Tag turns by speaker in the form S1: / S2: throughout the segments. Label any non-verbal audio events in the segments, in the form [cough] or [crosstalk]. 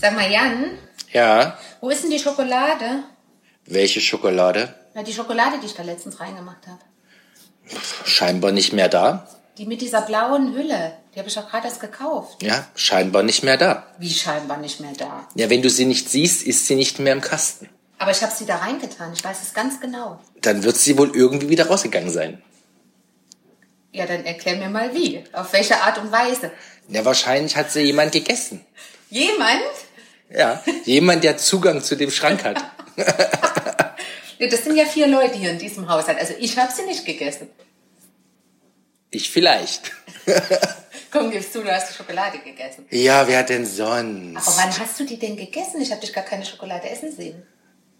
S1: Sag mal, Jan,
S2: Ja.
S1: wo ist denn die Schokolade?
S2: Welche Schokolade?
S1: Na, die Schokolade, die ich da letztens reingemacht habe.
S2: Scheinbar nicht mehr da.
S1: Die mit dieser blauen Hülle. Die habe ich doch gerade erst gekauft.
S2: Ja, scheinbar nicht mehr da.
S1: Wie scheinbar nicht mehr da.
S2: Ja, wenn du sie nicht siehst, ist sie nicht mehr im Kasten.
S1: Aber ich habe sie da reingetan. Ich weiß es ganz genau.
S2: Dann wird sie wohl irgendwie wieder rausgegangen sein.
S1: Ja, dann erklär mir mal wie. Auf welche Art und Weise.
S2: Ja, wahrscheinlich hat sie jemand gegessen.
S1: Jemand? [laughs]
S2: Ja, jemand, der Zugang zu dem Schrank hat.
S1: Ja, das sind ja vier Leute hier in diesem Haushalt. Also ich habe sie nicht gegessen.
S2: Ich vielleicht.
S1: Komm, gibst du, du hast die Schokolade gegessen.
S2: Ja, wer denn
S1: Aber
S2: sonst?
S1: wann hast du die denn gegessen? Ich habe dich gar keine Schokolade essen sehen.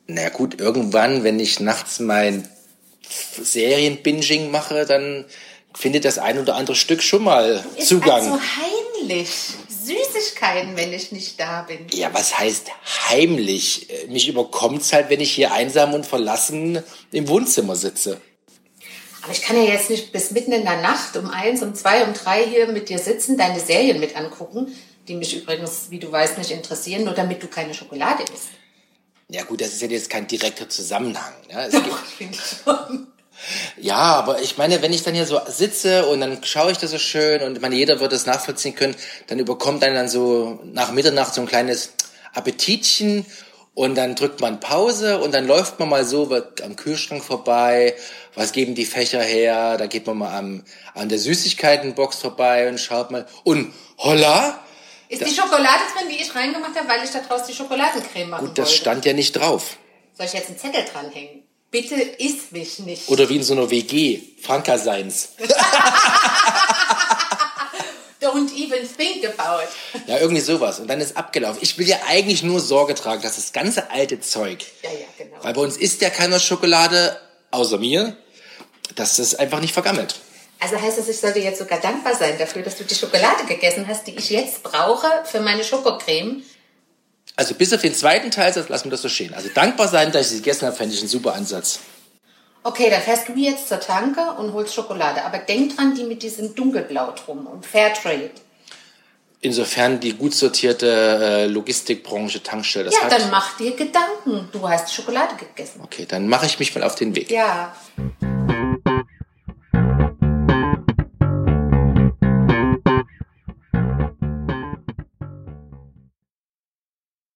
S2: Na gut, irgendwann, wenn ich nachts mein Serienbinging mache, dann findet das ein oder andere Stück schon mal
S1: Ist
S2: Zugang.
S1: also heimlich. Süßigkeiten, wenn ich nicht da bin.
S2: Ja, was heißt heimlich? Äh, Mich überkommt's halt, wenn ich hier einsam und verlassen im Wohnzimmer sitze.
S1: Aber ich kann ja jetzt nicht bis mitten in der Nacht um eins, um zwei, um drei hier mit dir sitzen, deine Serien mit angucken, die mich übrigens, wie du weißt, nicht interessieren, nur damit du keine Schokolade [laughs] isst.
S2: Ja gut, das ist ja jetzt kein direkter Zusammenhang. Ne? Es gibt,
S1: Doch, finde Oh, ich schon.
S2: ja, aber ich meine, wenn ich dann hier so sitze und dann schaue ich das so schön und ich meine, jeder wird das nachvollziehen können, dann überkommt einen dann so nach Mitternacht so ein kleines Appetitchen und dann drückt man Pause und dann läuft man mal so wa- am Kühlschrank vorbei, was geben die Fächer her, da geht man mal am, an der Süßigkeitenbox vorbei und schaut mal und holla,
S1: Ist die Schokolade drin, die ich reingemacht habe, weil ich da draus die Schokoladencreme machen
S2: Gut, das
S1: wollte?
S2: stand ja nicht drauf.
S1: Soll ich jetzt einen Zettel dranhängen? Bitte isst mich nicht.
S2: Oder wie in so einer WG, Franka seins.
S1: Don't even think about.
S2: Ja, irgendwie sowas. Und dann ist abgelaufen. Ich will ja eigentlich nur Sorge tragen, dass das ganze alte Zeug,
S1: [laughs] Ja, ja, genau.
S2: weil bei uns isst ja keiner Schokolade, außer mir, dass das einfach nicht vergammelt.
S1: Also heißt das, ich sollte jetzt sogar dankbar sein dafür, dass du die Schokolade gegessen hast, die ich jetzt brauche für meine Schokocreme.
S2: Also bis auf den zweiten Teilsatz lassen wir das so stehen. Also dankbar sein, dass ich sie gegessen habe, fände ich einen super Ansatz.
S1: Okay, dann fährst du jetzt zur Tanke und holst Schokolade. Aber denk dran, die mit diesem Dunkelblau drum und Fairtrade.
S2: Insofern die gut sortierte äh, Logistikbranche Tankstelle das
S1: Ja,
S2: hat.
S1: dann mach dir Gedanken. Du hast Schokolade gegessen.
S2: okay, dann mache ich mich mal auf den Weg.
S1: Ja.